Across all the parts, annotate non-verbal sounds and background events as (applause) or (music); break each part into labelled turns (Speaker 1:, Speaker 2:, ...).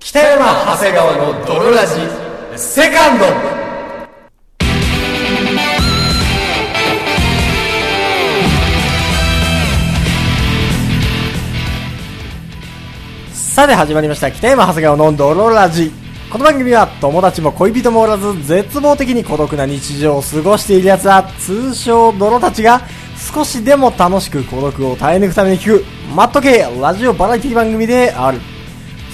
Speaker 1: 北山長谷川の泥ラジセカンドさて始まりました北山長谷川の泥ラジこの番組は友達も恋人もおらず絶望的に孤独な日常を過ごしている奴ら通称泥たちが少しでも楽しく孤独を耐え抜くために聞くマット系ラジオバラエティ番組である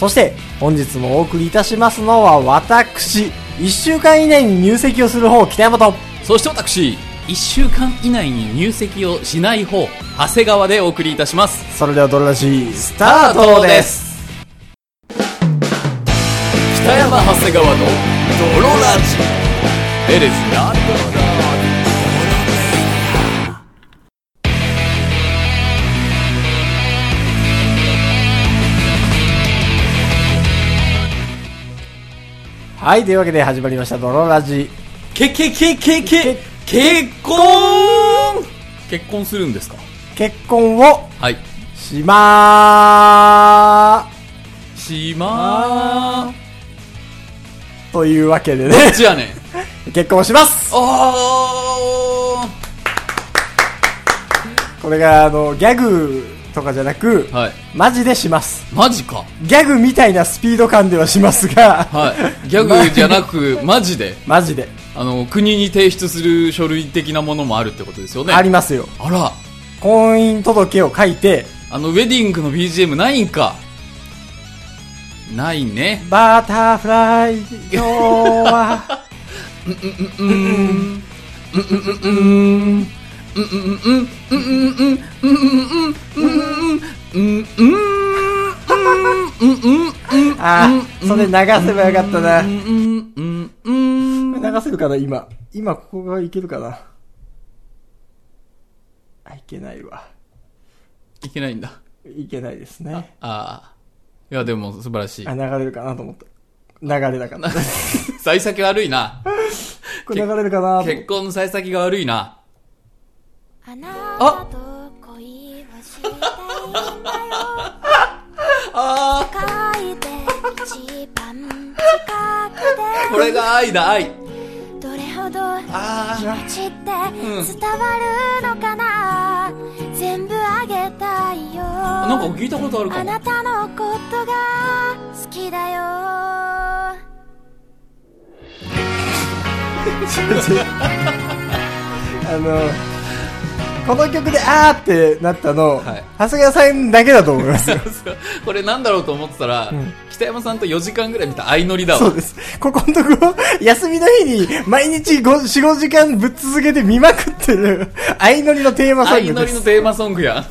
Speaker 1: そして本日もお送りいたしますのは私1週間以内に入籍をする方北山と
Speaker 2: そして私、1週間以内に入籍をしない方、長谷川でお送りいたします。
Speaker 1: それではドロラジースタートです
Speaker 2: す北山長谷川の泥ラジ。エレスな
Speaker 1: はいというわけで始まりましたドロラジ
Speaker 2: けけけけけ、結婚結婚するんですか
Speaker 1: 結婚を
Speaker 2: はい。
Speaker 1: しま
Speaker 2: しまー。
Speaker 1: ーというわけで
Speaker 2: どっ
Speaker 1: ね (laughs)
Speaker 2: ちやねん。
Speaker 1: 結婚します
Speaker 2: おー
Speaker 1: これがあのギャグとかじゃなく、
Speaker 2: はい。
Speaker 1: マジでします
Speaker 2: マジか。
Speaker 1: ギャグみたいなスピード感ではしますが、
Speaker 2: はい。ギャグじゃなく、マジで。
Speaker 1: マジで、
Speaker 2: あの、国に提出する書類的なものもあるってことですよね。
Speaker 1: ありますよ
Speaker 2: あら、
Speaker 1: 婚姻届を書いて
Speaker 2: あの、ウェディングの BGM ないんか。ないね。
Speaker 1: バタフライ今日は
Speaker 2: うん。うんうんうん。うんうんうん。うんうんうん。うんうんうん。うんうんうん。うんうんうん。うん
Speaker 1: (laughs) あーそれ流せばよかったな
Speaker 2: うんうん。
Speaker 1: 流せるかな今今ここがいけるかなあいけないわ
Speaker 2: いけないんだ。
Speaker 1: いけないですね
Speaker 2: ああ。いや、でも素晴らしい
Speaker 1: あ。流れるかなと思った流れな (laughs) かった
Speaker 2: (laughs) 幸先悪いな。
Speaker 1: これ流れるかなと思っ
Speaker 2: 結婚の幸先が悪いな。
Speaker 3: あなたと恋をしていんだよ
Speaker 2: あ
Speaker 3: 世界で一番近
Speaker 2: あ、これが愛だ、愛。
Speaker 3: くでどれほど
Speaker 2: あ
Speaker 3: 気
Speaker 2: あ、
Speaker 3: 持ちって伝わるのかな全部あげたいよ
Speaker 2: なんか
Speaker 3: あ
Speaker 2: 聞いたことあるかも。
Speaker 3: なたのことが好きだよ
Speaker 1: たあのこの曲であーってなったの、
Speaker 2: はい
Speaker 1: 長谷川さんだけだと思いますよ
Speaker 2: (laughs) これなんだろうと思ってたら、
Speaker 1: ん
Speaker 2: 北山さんと4時間ぐらい見た相乗りだわ。
Speaker 1: そうですここのとこ休みの日に毎日45時間ぶっ続けて見まくってる相乗りのテーマソン
Speaker 2: 相
Speaker 1: グ
Speaker 2: 乗
Speaker 1: で
Speaker 2: り
Speaker 1: す
Speaker 2: のテーマソングや。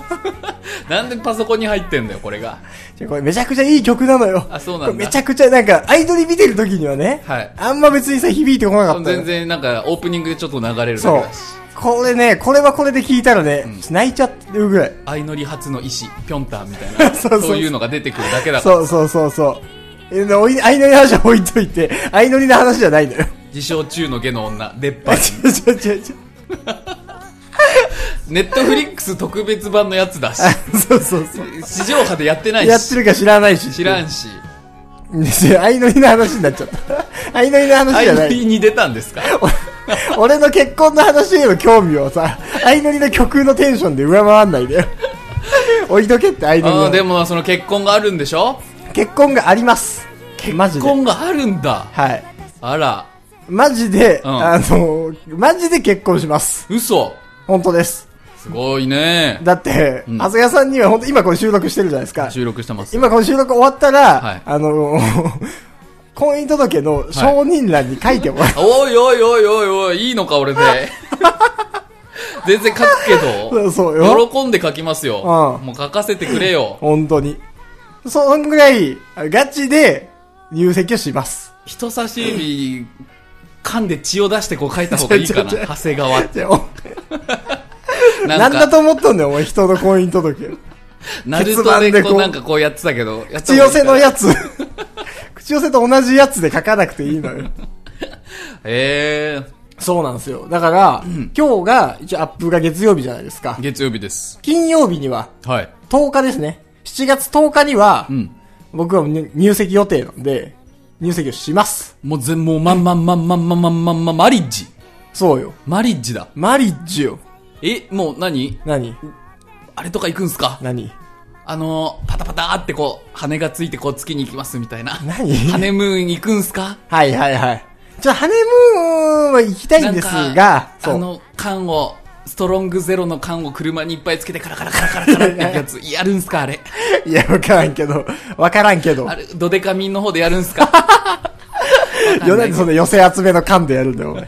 Speaker 2: なん (laughs) でパソコンに入ってんだよ、これが。
Speaker 1: じゃあこれめちゃくちゃいい曲なのよ。
Speaker 2: あそうなんだ
Speaker 1: これめちゃくちゃ、なんか、アイドル見てる時にはね、
Speaker 2: はい
Speaker 1: あんま別にさ、響いてこなかったの
Speaker 2: 全。然なんかオープニングでちょっと流れるだ
Speaker 1: そ
Speaker 2: け
Speaker 1: う
Speaker 2: だし。。
Speaker 1: これね、これはこれで聞いたらね、泣いちゃってるぐらい。
Speaker 2: 相乗り初の意志、ぴょんたんみたいな。
Speaker 1: (laughs) そうそうそう
Speaker 2: いうのが出てくるだけだから。
Speaker 1: そうそうそうそう。え、でおい、相乗りの話は置いといて、相乗りの話じゃないのよ。
Speaker 2: 自称中の下の女、出っ
Speaker 1: あ、 (laughs)
Speaker 2: 張り。
Speaker 1: 違う違う違う違う。
Speaker 2: ネットフリックス特別版のや
Speaker 1: (laughs)
Speaker 2: つだし。
Speaker 1: そうそうそう。
Speaker 2: 地上波でやってないし。
Speaker 1: やってるか知らないし。
Speaker 2: 知
Speaker 1: (laughs)
Speaker 2: ら
Speaker 1: ん。
Speaker 2: んし。
Speaker 1: 相乗りの話になっちゃった。相乗りの話じゃな
Speaker 2: 相乗
Speaker 1: い。
Speaker 2: (laughs) りに出た
Speaker 1: (laughs)
Speaker 2: んですか
Speaker 1: 俺の結婚の話への興味をさ、相乗りの曲のテンションで上回んないでよ。置いとけって相乗りの
Speaker 2: あ
Speaker 1: 話
Speaker 2: あ、でもその結婚があるんでしょ
Speaker 1: 結婚があります。マジ
Speaker 2: 結
Speaker 1: で。
Speaker 2: 婚があるんだ。
Speaker 1: はい。
Speaker 2: あら、
Speaker 1: マジで、
Speaker 2: うん
Speaker 1: あの、マジで結婚します。
Speaker 2: 嘘。
Speaker 1: 本当です。
Speaker 2: すごいね。
Speaker 1: だって、
Speaker 2: ん
Speaker 1: 長谷川さんには本当今これ収録してるじゃないですか。
Speaker 2: 収録してます。
Speaker 1: 今この収録終わったら、
Speaker 2: はい
Speaker 1: あの、 (laughs) 婚姻届の承認欄に書いてもらう。
Speaker 2: おいおいおいおいおい、いいのか俺で。全然書くけ
Speaker 1: (laughs) そう
Speaker 2: ど。
Speaker 1: そうよ。
Speaker 2: 喜んで書きますよ。
Speaker 1: うん
Speaker 2: もう書かせてくれよ。
Speaker 1: 本当に。そんぐらい、ガチで入籍をします。
Speaker 2: 人差し指、噛んで血を出してこう書いた方がいいかな。
Speaker 1: ちょちょちょ
Speaker 2: 長谷川って。
Speaker 1: でお
Speaker 2: な
Speaker 1: なんんだ
Speaker 2: か、
Speaker 1: と思ったんだよ、お前人の婚姻 (laughs) 届。
Speaker 2: ナルトで
Speaker 1: 鉄板で
Speaker 2: こ
Speaker 1: こう
Speaker 2: うなんかこうやってたけど。やった
Speaker 1: 口
Speaker 2: 方がいいかな
Speaker 1: 寄せのやつ。 (laughs) 口寄せと同じやつで書かなくていいのよ。
Speaker 2: え
Speaker 1: (laughs) そうなんですよ。だから、今日が、一応アップが月曜日じゃないですか
Speaker 2: ー、。月曜日です。
Speaker 1: 金曜日には、
Speaker 2: はい。
Speaker 1: 10日ですね。7月10日には、
Speaker 2: うん。
Speaker 1: 僕は入入籍予定なんで、入籍をします。
Speaker 2: もう全、もう、まんまんまんまんまんまんまんまん、マリッジ。
Speaker 1: そうよ。
Speaker 2: マリッジだ。
Speaker 1: マリッジよ。
Speaker 2: え、もう何
Speaker 1: 何
Speaker 2: あれとか行くんすか
Speaker 1: 何
Speaker 2: あのー、パタパタってこう、羽がついてこう、月に行きますみたいな。
Speaker 1: 何
Speaker 2: ハネムーン行くんすか
Speaker 1: はいはいはい。じゃあ、ハネムーンは行きたいんです
Speaker 2: なん
Speaker 1: が
Speaker 2: か、
Speaker 1: そ
Speaker 2: あ
Speaker 1: う。
Speaker 2: の、缶を、ストロングゼロの缶を車にいっぱいつけてカラカラカラカラカラってやつ、やるんすかあれ。
Speaker 1: (laughs) いや、わからんけど、わからんけど
Speaker 2: あ。れ、ドデカミンの方でやるんすか
Speaker 1: よなんでそんな寄せ集めの勘でやるんだよ、
Speaker 2: (laughs)
Speaker 1: お前。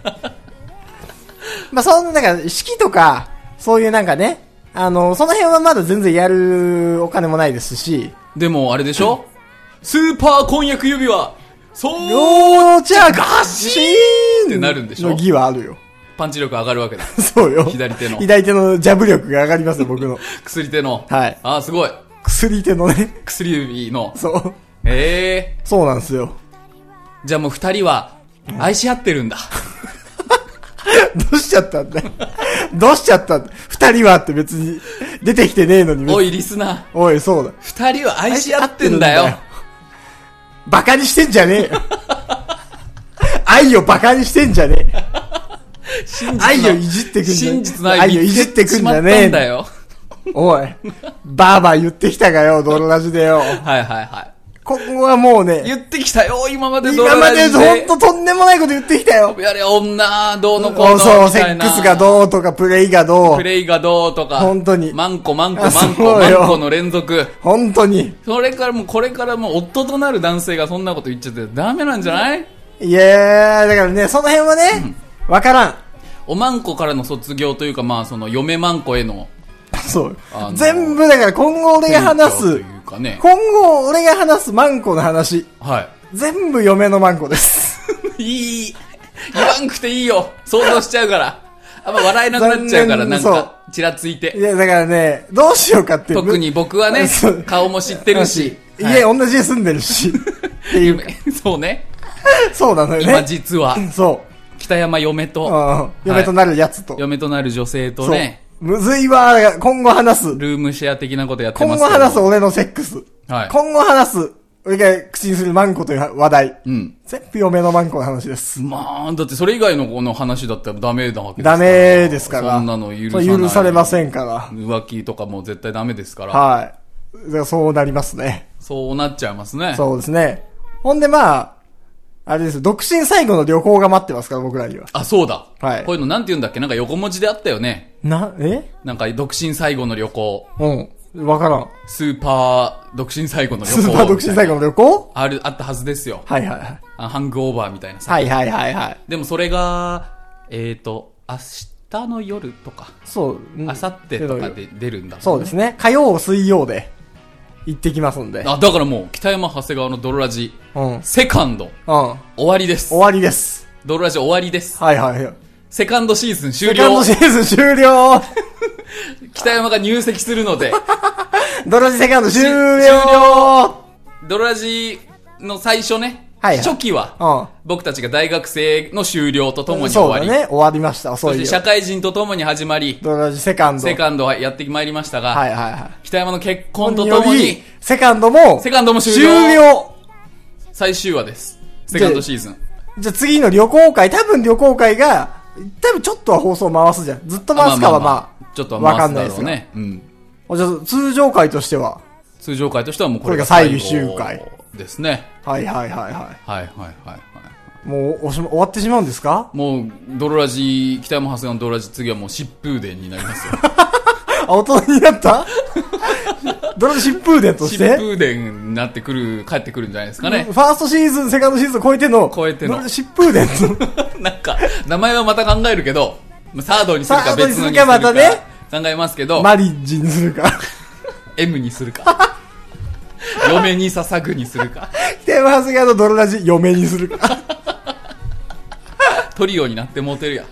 Speaker 1: まあ、そんな、なんか、式とか、そういうなんかね、あの、その辺はまだ全然やるお金もないですし、
Speaker 2: でも、あれでしょスーパー婚約指輪そう
Speaker 1: よーちゃ
Speaker 2: ガシ
Speaker 1: ーン
Speaker 2: ってなるんでしょ
Speaker 1: の儀はあるよ。
Speaker 2: パンチ力上がるわけだ。
Speaker 1: (laughs) そうよ。
Speaker 2: 左手の
Speaker 1: 左手のジャブ力が上がりますよ、僕
Speaker 2: (laughs)
Speaker 1: の。
Speaker 2: 薬手の。
Speaker 1: はい
Speaker 2: あー、すごい。
Speaker 1: 薬手のね。 (laughs)
Speaker 2: 薬指の。
Speaker 1: そう。
Speaker 2: ええ
Speaker 1: そうなんですよ。
Speaker 2: じゃあもう二人は、愛し合ってるんだ。
Speaker 1: どうしちゃったんだ (laughs) よどうしちゃったんだ二人はって別に、出てきてねえのに。
Speaker 2: おい、リスナー。
Speaker 1: おい、そうだ。
Speaker 2: 二人は愛し合ってんだよ。。
Speaker 1: バカにしてんじゃねえよ。愛をバカにしてんじゃねえ。
Speaker 2: 真実の
Speaker 1: 愛をいじってくんじゃね
Speaker 2: 真
Speaker 1: え
Speaker 2: 実の愛
Speaker 1: 愛をいじってくんじゃね
Speaker 2: 見つけてしまった
Speaker 1: え
Speaker 2: んだよ。
Speaker 1: おい、ばあば言ってきたかよ、ドロラジでよ。
Speaker 2: はいはいはい。
Speaker 1: ここはもうね、
Speaker 2: 言ってきたよ、今までド
Speaker 1: 今
Speaker 2: ラ
Speaker 1: ま
Speaker 2: マで
Speaker 1: で。ほんととんでもないこと言ってきたよ。
Speaker 2: やれ、女、どうのこ
Speaker 1: お
Speaker 2: うの。
Speaker 1: そう、
Speaker 2: み
Speaker 1: セ
Speaker 2: たい
Speaker 1: ッ
Speaker 2: な
Speaker 1: クスがどうとか、プレイがどう
Speaker 2: プ。レイがどうとか。
Speaker 1: 本当に
Speaker 2: マンコ、マンコ、マ
Speaker 1: あ
Speaker 2: ンコ、
Speaker 1: そうよ
Speaker 2: マンコの連続。
Speaker 1: 本当に。
Speaker 2: それからもう、これからもう、夫となる男性がそんなこと言っちゃってダメなんじゃない
Speaker 1: いやー、だからね、その辺はね、わからん。
Speaker 2: おまんこからの卒業というか、まあ、その、嫁まんこへの
Speaker 1: (laughs) そう
Speaker 2: あの。ー
Speaker 1: 全部だから今後俺
Speaker 2: 転
Speaker 1: が
Speaker 2: 換と
Speaker 1: 話す
Speaker 2: い、うかね。
Speaker 1: 今後俺が話すマンコの話、
Speaker 2: は
Speaker 1: 全部嫁のマンコ
Speaker 2: (laughs)
Speaker 1: です。
Speaker 2: い。いい。言わんくていいよ。想像しちゃうから。あんま笑えなくなっちゃうから、
Speaker 1: 残念
Speaker 2: なんか、ちらつい
Speaker 1: い
Speaker 2: て。
Speaker 1: や、だからね、どうしようかって。
Speaker 2: 特に僕は
Speaker 1: (laughs)
Speaker 2: ね
Speaker 1: そう、
Speaker 2: 顔も知ってるし。
Speaker 1: いや、同じ家住んでるし。っていうか、
Speaker 2: (laughs) そうね。
Speaker 1: そうなのよ
Speaker 2: 今
Speaker 1: ね。
Speaker 2: 実は、
Speaker 1: そ
Speaker 2: 北山嫁
Speaker 1: う。う
Speaker 2: と、
Speaker 1: ん。嫁となるやつと。
Speaker 2: 嫁となる女性と
Speaker 1: そう
Speaker 2: ね、。
Speaker 1: むずいわ、だから今後話す。
Speaker 2: ルームシェア的なことやってま
Speaker 1: 今
Speaker 2: す
Speaker 1: 後
Speaker 2: けど。
Speaker 1: 話す俺のセックス。
Speaker 2: はい
Speaker 1: 今後話す、俺が口にするマンコという話題。
Speaker 2: うん。
Speaker 1: 全部嫁のマンコの話です。
Speaker 2: まあ、だってそれ以外のこの話だったらダメなわけですか
Speaker 1: ダ
Speaker 2: ら
Speaker 1: メですから。
Speaker 2: そんなの許さ
Speaker 1: そ
Speaker 2: な
Speaker 1: う
Speaker 2: い。
Speaker 1: 許されませんから。
Speaker 2: 浮気とかも絶対ダメですから。
Speaker 1: はい。だからそうなりますね。
Speaker 2: そうなっちゃいますね。
Speaker 1: そうですね。ほんでまあ、あれです。独身最後の旅行が待ってますから、僕らには。
Speaker 2: あ、そうだ。
Speaker 1: はい
Speaker 2: こういうのなんて言うんだっけなんか横文字であったよね。
Speaker 1: な、え
Speaker 2: なんか独身最後の旅行。
Speaker 1: うん。わからん。
Speaker 2: スーパー独身最後の旅行。
Speaker 1: スーパー独身最後の旅行
Speaker 2: ある、あったはずですよ。
Speaker 1: はいはいはい。
Speaker 2: あハングオーバーみたいなさ。
Speaker 1: はいはいはいはい。
Speaker 2: でもそれが、えっ、ー、と、明日の夜とか、
Speaker 1: そう。
Speaker 2: 明後日とかで出るんだ、
Speaker 1: そうですね。火曜、水曜で行ってきますんで。
Speaker 2: あ、だからもう、北山長谷川のドロラジ、
Speaker 1: うん。うん。
Speaker 2: セカンド、
Speaker 1: 終
Speaker 2: 終わりです。
Speaker 1: わりです。
Speaker 2: ドロラジ終わりです。
Speaker 1: はいはいはい。
Speaker 2: セカンドシーズン終
Speaker 1: セカン
Speaker 2: 了
Speaker 1: ド。シーズン終了
Speaker 2: 北山が入籍する
Speaker 1: (laughs)
Speaker 2: ので、
Speaker 1: ドロジセカンド終了
Speaker 2: ドロラジの最初ね、
Speaker 1: はいはい
Speaker 2: 初期は、僕たちが大学生の終了とと
Speaker 1: うん。
Speaker 2: もに終
Speaker 1: そう
Speaker 2: わ
Speaker 1: だ
Speaker 2: り、
Speaker 1: ね。終わりました。そ
Speaker 2: そう
Speaker 1: い
Speaker 2: して
Speaker 1: う。
Speaker 2: 社会人とともに始まり、
Speaker 1: ドロジセカンド。
Speaker 2: セカンドはやってまいりましたが、
Speaker 1: はいはいはい。
Speaker 2: 北山の結婚とと
Speaker 1: よ
Speaker 2: も
Speaker 1: り
Speaker 2: に、
Speaker 1: セカンドも、
Speaker 2: セカンドも終
Speaker 1: 終
Speaker 2: 了
Speaker 1: 了
Speaker 2: 最終話です。セカンドシーズン。
Speaker 1: じゃあ次の旅行会、多分旅行会が、多分ちょっとは放送回すじゃん。ずっと回すかはまあ、
Speaker 2: ちょっと
Speaker 1: わかん
Speaker 2: 回す
Speaker 1: ない
Speaker 2: だ
Speaker 1: で
Speaker 2: ろ
Speaker 1: す
Speaker 2: う
Speaker 1: が。
Speaker 2: ね。うん。
Speaker 1: あじゃあ通常会としては。
Speaker 2: 通常会としてはもうこ
Speaker 1: これ
Speaker 2: れ
Speaker 1: が
Speaker 2: が
Speaker 1: 最
Speaker 2: 最
Speaker 1: 後
Speaker 2: 後ですね。
Speaker 1: はいはいはいは
Speaker 2: はいはいはいはい。
Speaker 1: い。もうおしま終わってしまうんですか
Speaker 2: もう、ドロラジ、北山長谷川のドロラジ、次はもう疾風伝になりますよ。
Speaker 1: (laughs) あ、大人になった
Speaker 2: (laughs)
Speaker 1: ドラム疾風伝とし
Speaker 2: 疾
Speaker 1: て
Speaker 2: 風伝になってくる、帰ってくるんじゃないですかね
Speaker 1: フ。ァーストシーズン、セカンドシーズン超えての、
Speaker 2: 超えての
Speaker 1: ドラム疾風
Speaker 2: (laughs)
Speaker 1: 伝と。
Speaker 2: なんか、名前はまた考えるけど、まあサードにする
Speaker 1: サー
Speaker 2: か
Speaker 1: ドに
Speaker 2: 別
Speaker 1: す
Speaker 2: の
Speaker 1: る
Speaker 2: にす
Speaker 1: か
Speaker 2: る
Speaker 1: ま
Speaker 2: か
Speaker 1: たね
Speaker 2: 考えますけど、
Speaker 1: マリッジにするか。
Speaker 2: M にするか。嫁に捧ぐにするか。
Speaker 1: 北山長谷川のドロラジ、嫁にする
Speaker 2: (laughs)
Speaker 1: か。
Speaker 2: トリオになってモテるや。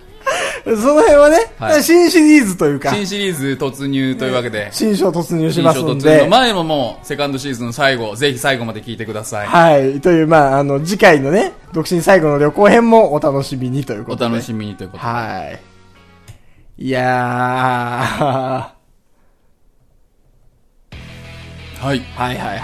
Speaker 1: その辺はね、
Speaker 2: はい
Speaker 1: 新シリーズというか、
Speaker 2: 新シリーズ突入というわけで、
Speaker 1: 新章突入し
Speaker 2: 新
Speaker 1: ま
Speaker 2: 章
Speaker 1: す
Speaker 2: 突
Speaker 1: ん
Speaker 2: 入の
Speaker 1: で、
Speaker 2: 前ももう、セカンドシーズンの最後、ぜひ最後まで聞いてください。
Speaker 1: はい、という、まあ、あの、次回のね、独身最後の旅行編もお楽しみにというこ
Speaker 2: お
Speaker 1: とで。
Speaker 2: 楽しみにということで。
Speaker 1: はい。い
Speaker 2: (laughs)
Speaker 1: やー。
Speaker 2: はい。
Speaker 1: はいはいはい。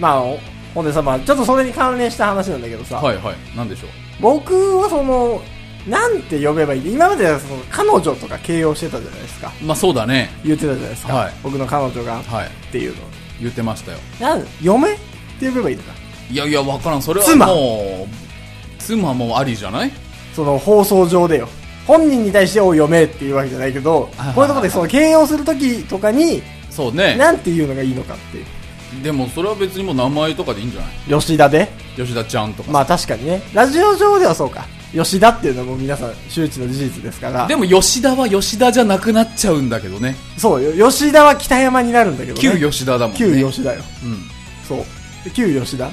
Speaker 1: まあ、おほんでさ、まあ、ちょっとそれに関連した話なんだけどさ、
Speaker 2: はいはいなんでしょう
Speaker 1: 僕はその、なんて呼べばいい今まではその彼女とか形容してたじゃないですか。
Speaker 2: まあそうだね
Speaker 1: 言ってたじゃないですか。
Speaker 2: はい
Speaker 1: 僕の彼女がっ
Speaker 2: はい
Speaker 1: ていうの。
Speaker 2: 言ってましたよ
Speaker 1: なん嫁って呼べばいいのか。
Speaker 2: いやいやわからんそれは
Speaker 1: 妻
Speaker 2: もう妻もありじゃない
Speaker 1: その放送上でよ。本人に対してお嫁っていうわけじゃないけど
Speaker 2: はいはいはい、
Speaker 1: こういうところでその形容するときとかに、
Speaker 2: そうね
Speaker 1: なんていうのがいいのかっていう。
Speaker 2: でもそれは別にもう名前とかでいいんじゃない
Speaker 1: 吉田で
Speaker 2: 吉田ちゃんとか、
Speaker 1: まあ確かにね。ラジオ上ではそうか。吉田っていうのはもう皆さん周知の事実ですから。
Speaker 2: でも吉田は吉田じゃなくなっちゃうんだけどね
Speaker 1: そうよ。吉田は北山になるんだけどね。
Speaker 2: 旧吉田だもんね
Speaker 1: 旧吉田よ。
Speaker 2: うん
Speaker 1: そう。旧吉田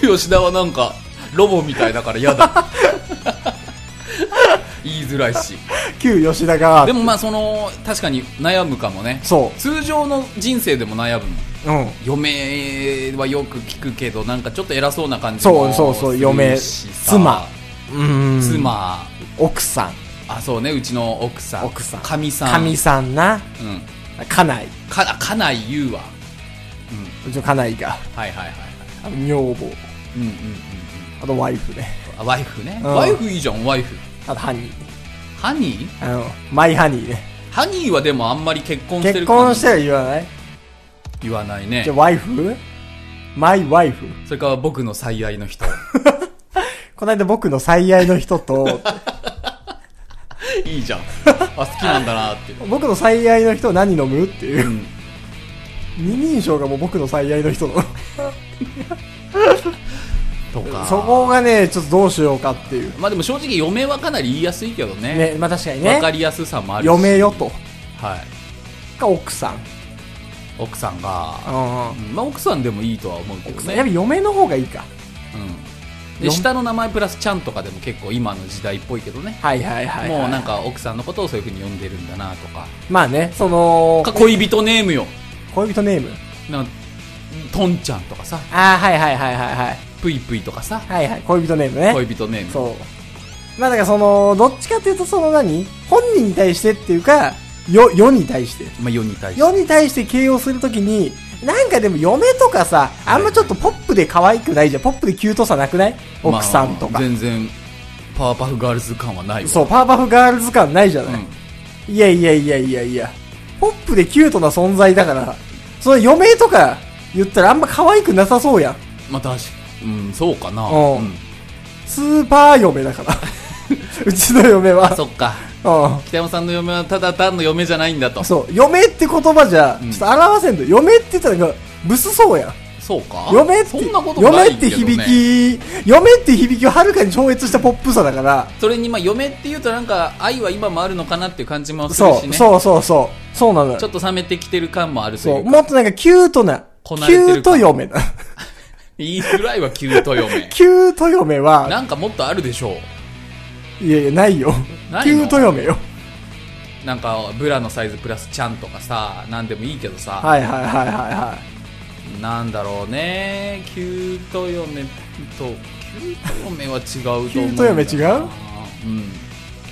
Speaker 2: 旧吉田はなん (laughs) かロボみたいだから嫌 (laughs) だ言いづらいし
Speaker 1: 旧吉田が。
Speaker 2: でもまあその確かに悩むかもね
Speaker 1: そ
Speaker 2: 通常の人生でも悩む
Speaker 1: う。
Speaker 2: の
Speaker 1: うん。
Speaker 2: 嫁はよく聞くけどなんかちょっと偉そうな感じ
Speaker 1: そう
Speaker 2: も
Speaker 1: そうそう
Speaker 2: するし
Speaker 1: 嫁
Speaker 2: さ
Speaker 1: 妻うん。
Speaker 2: 妻
Speaker 1: 奥さん。
Speaker 2: あそうねうちの奥さん
Speaker 1: 奥さん
Speaker 2: かみさん
Speaker 1: 神さんな。
Speaker 2: うん
Speaker 1: 家内。
Speaker 2: か家内優はうん
Speaker 1: うちの家内が。
Speaker 2: はいはいはいはい
Speaker 1: あの女房。
Speaker 2: うんうんうんうん
Speaker 1: あとワイフね。
Speaker 2: あワイフね
Speaker 1: うん
Speaker 2: ワイフいいじゃんワイフ
Speaker 1: あとハニー。
Speaker 2: ハニー
Speaker 1: あの、マイハニーね。
Speaker 2: ハニーはでもあんまり結婚して
Speaker 1: 結
Speaker 2: る
Speaker 1: 婚して
Speaker 2: る
Speaker 1: は言わない
Speaker 2: 言わないね
Speaker 1: じゃあワイフマイワイフ
Speaker 2: それから僕の最愛の
Speaker 1: (laughs)
Speaker 2: 人
Speaker 1: この間僕の最愛の人と、
Speaker 2: いいじゃんあ好きなんだな
Speaker 1: (laughs)
Speaker 2: っていう
Speaker 1: 僕の最愛の人何飲むっていうう。
Speaker 2: ん
Speaker 1: 二人称がもう僕の最愛の人の。
Speaker 2: とか
Speaker 1: そこがね、ちょっとどうしようかっていう。
Speaker 2: まあでも正直嫁はかなり言いやすいけどね
Speaker 1: ね、まあ確かに
Speaker 2: わか
Speaker 1: ね。
Speaker 2: りやすさもあるし
Speaker 1: 嫁よと。
Speaker 2: はい
Speaker 1: か奥さん。
Speaker 2: 奥さんが、
Speaker 1: うん
Speaker 2: うんまあ、奥さんでもいいとは思うけど
Speaker 1: やっぱ
Speaker 2: ね、
Speaker 1: 嫁の方がいいか。
Speaker 2: うん、で
Speaker 1: よん
Speaker 2: 下の名前プラスちゃんとかでも結構今の時代っぽいけどね、
Speaker 1: はいはいはい、
Speaker 2: もうなん。か奥さんのことをそういうふうに呼んでるんだなとか
Speaker 1: まあね、その、
Speaker 2: か恋人ネームよ
Speaker 1: 恋人ネーム。
Speaker 2: なんかとんちゃんとかさ
Speaker 1: ああ、はいはいはいはいはい。
Speaker 2: ぷいぷいとかさ
Speaker 1: はいはい、恋人ネームね。
Speaker 2: 恋人ネーム
Speaker 1: そう。まあだからその、どっちかっていうとその何本人に対してっていうか、よ、世に対して。
Speaker 2: まあ、世に対して
Speaker 1: 世に対して形容するときに、なんかでも嫁とかさ、あんまちょっとポップで可愛くないじゃん。ポップでキュートさなくない奥さんとか
Speaker 2: まあ。全然パワーパフガールズ感はないわ
Speaker 1: そう、パーパフガールズ感ないじゃ
Speaker 2: う、
Speaker 1: なんい。いやいやいやいやいや。ポップでキュートな存在だから、その嫁とか言ったらあんま可愛くなさそうやん。
Speaker 2: まあ確かうんそうかな
Speaker 1: うん
Speaker 2: うん
Speaker 1: スーパー嫁だから。 (laughs) うちの嫁は。
Speaker 2: あそっか
Speaker 1: う
Speaker 2: 北山さんの嫁はただ単の嫁じゃないんだと
Speaker 1: ん。そう、嫁って言葉じゃ、
Speaker 2: うん
Speaker 1: ちょっと表せんと。嫁って言ったらなんか、ブスそうやん。
Speaker 2: そうか
Speaker 1: 嫁って、
Speaker 2: そんなことな
Speaker 1: 嫁
Speaker 2: い
Speaker 1: って
Speaker 2: けど、ね、
Speaker 1: 響き、嫁って響きをはるかに超越したポップさだから、
Speaker 2: それにまあ嫁っていうとなんか愛は今もあるのかなっていう感じもする
Speaker 1: そ
Speaker 2: し
Speaker 1: う、
Speaker 2: ね
Speaker 1: そうそうそう、そうなのよ
Speaker 2: ちょ。っと冷めてきてる感もあると
Speaker 1: そ、
Speaker 2: いううか
Speaker 1: もっとなんかキュートな、キ
Speaker 2: こなれてる
Speaker 1: ュ
Speaker 2: か
Speaker 1: ート嫁
Speaker 2: (laughs)
Speaker 1: だ。
Speaker 2: いいぐらいはキュート嫁
Speaker 1: (laughs) キュート嫁は、
Speaker 2: なんかもっとあるでしょ
Speaker 1: いやいや、ないよ。
Speaker 2: ない
Speaker 1: キ
Speaker 2: の
Speaker 1: ュート嫁よ。
Speaker 2: うなんかブラのサイズプラスちゃんとかさなんでもいいけどさ、
Speaker 1: はいはいはいはいは
Speaker 2: なんだろうねキュート嫁とキュート嫁は違うと思うんだよ
Speaker 1: (laughs)
Speaker 2: な
Speaker 1: キュート嫁違う
Speaker 2: うん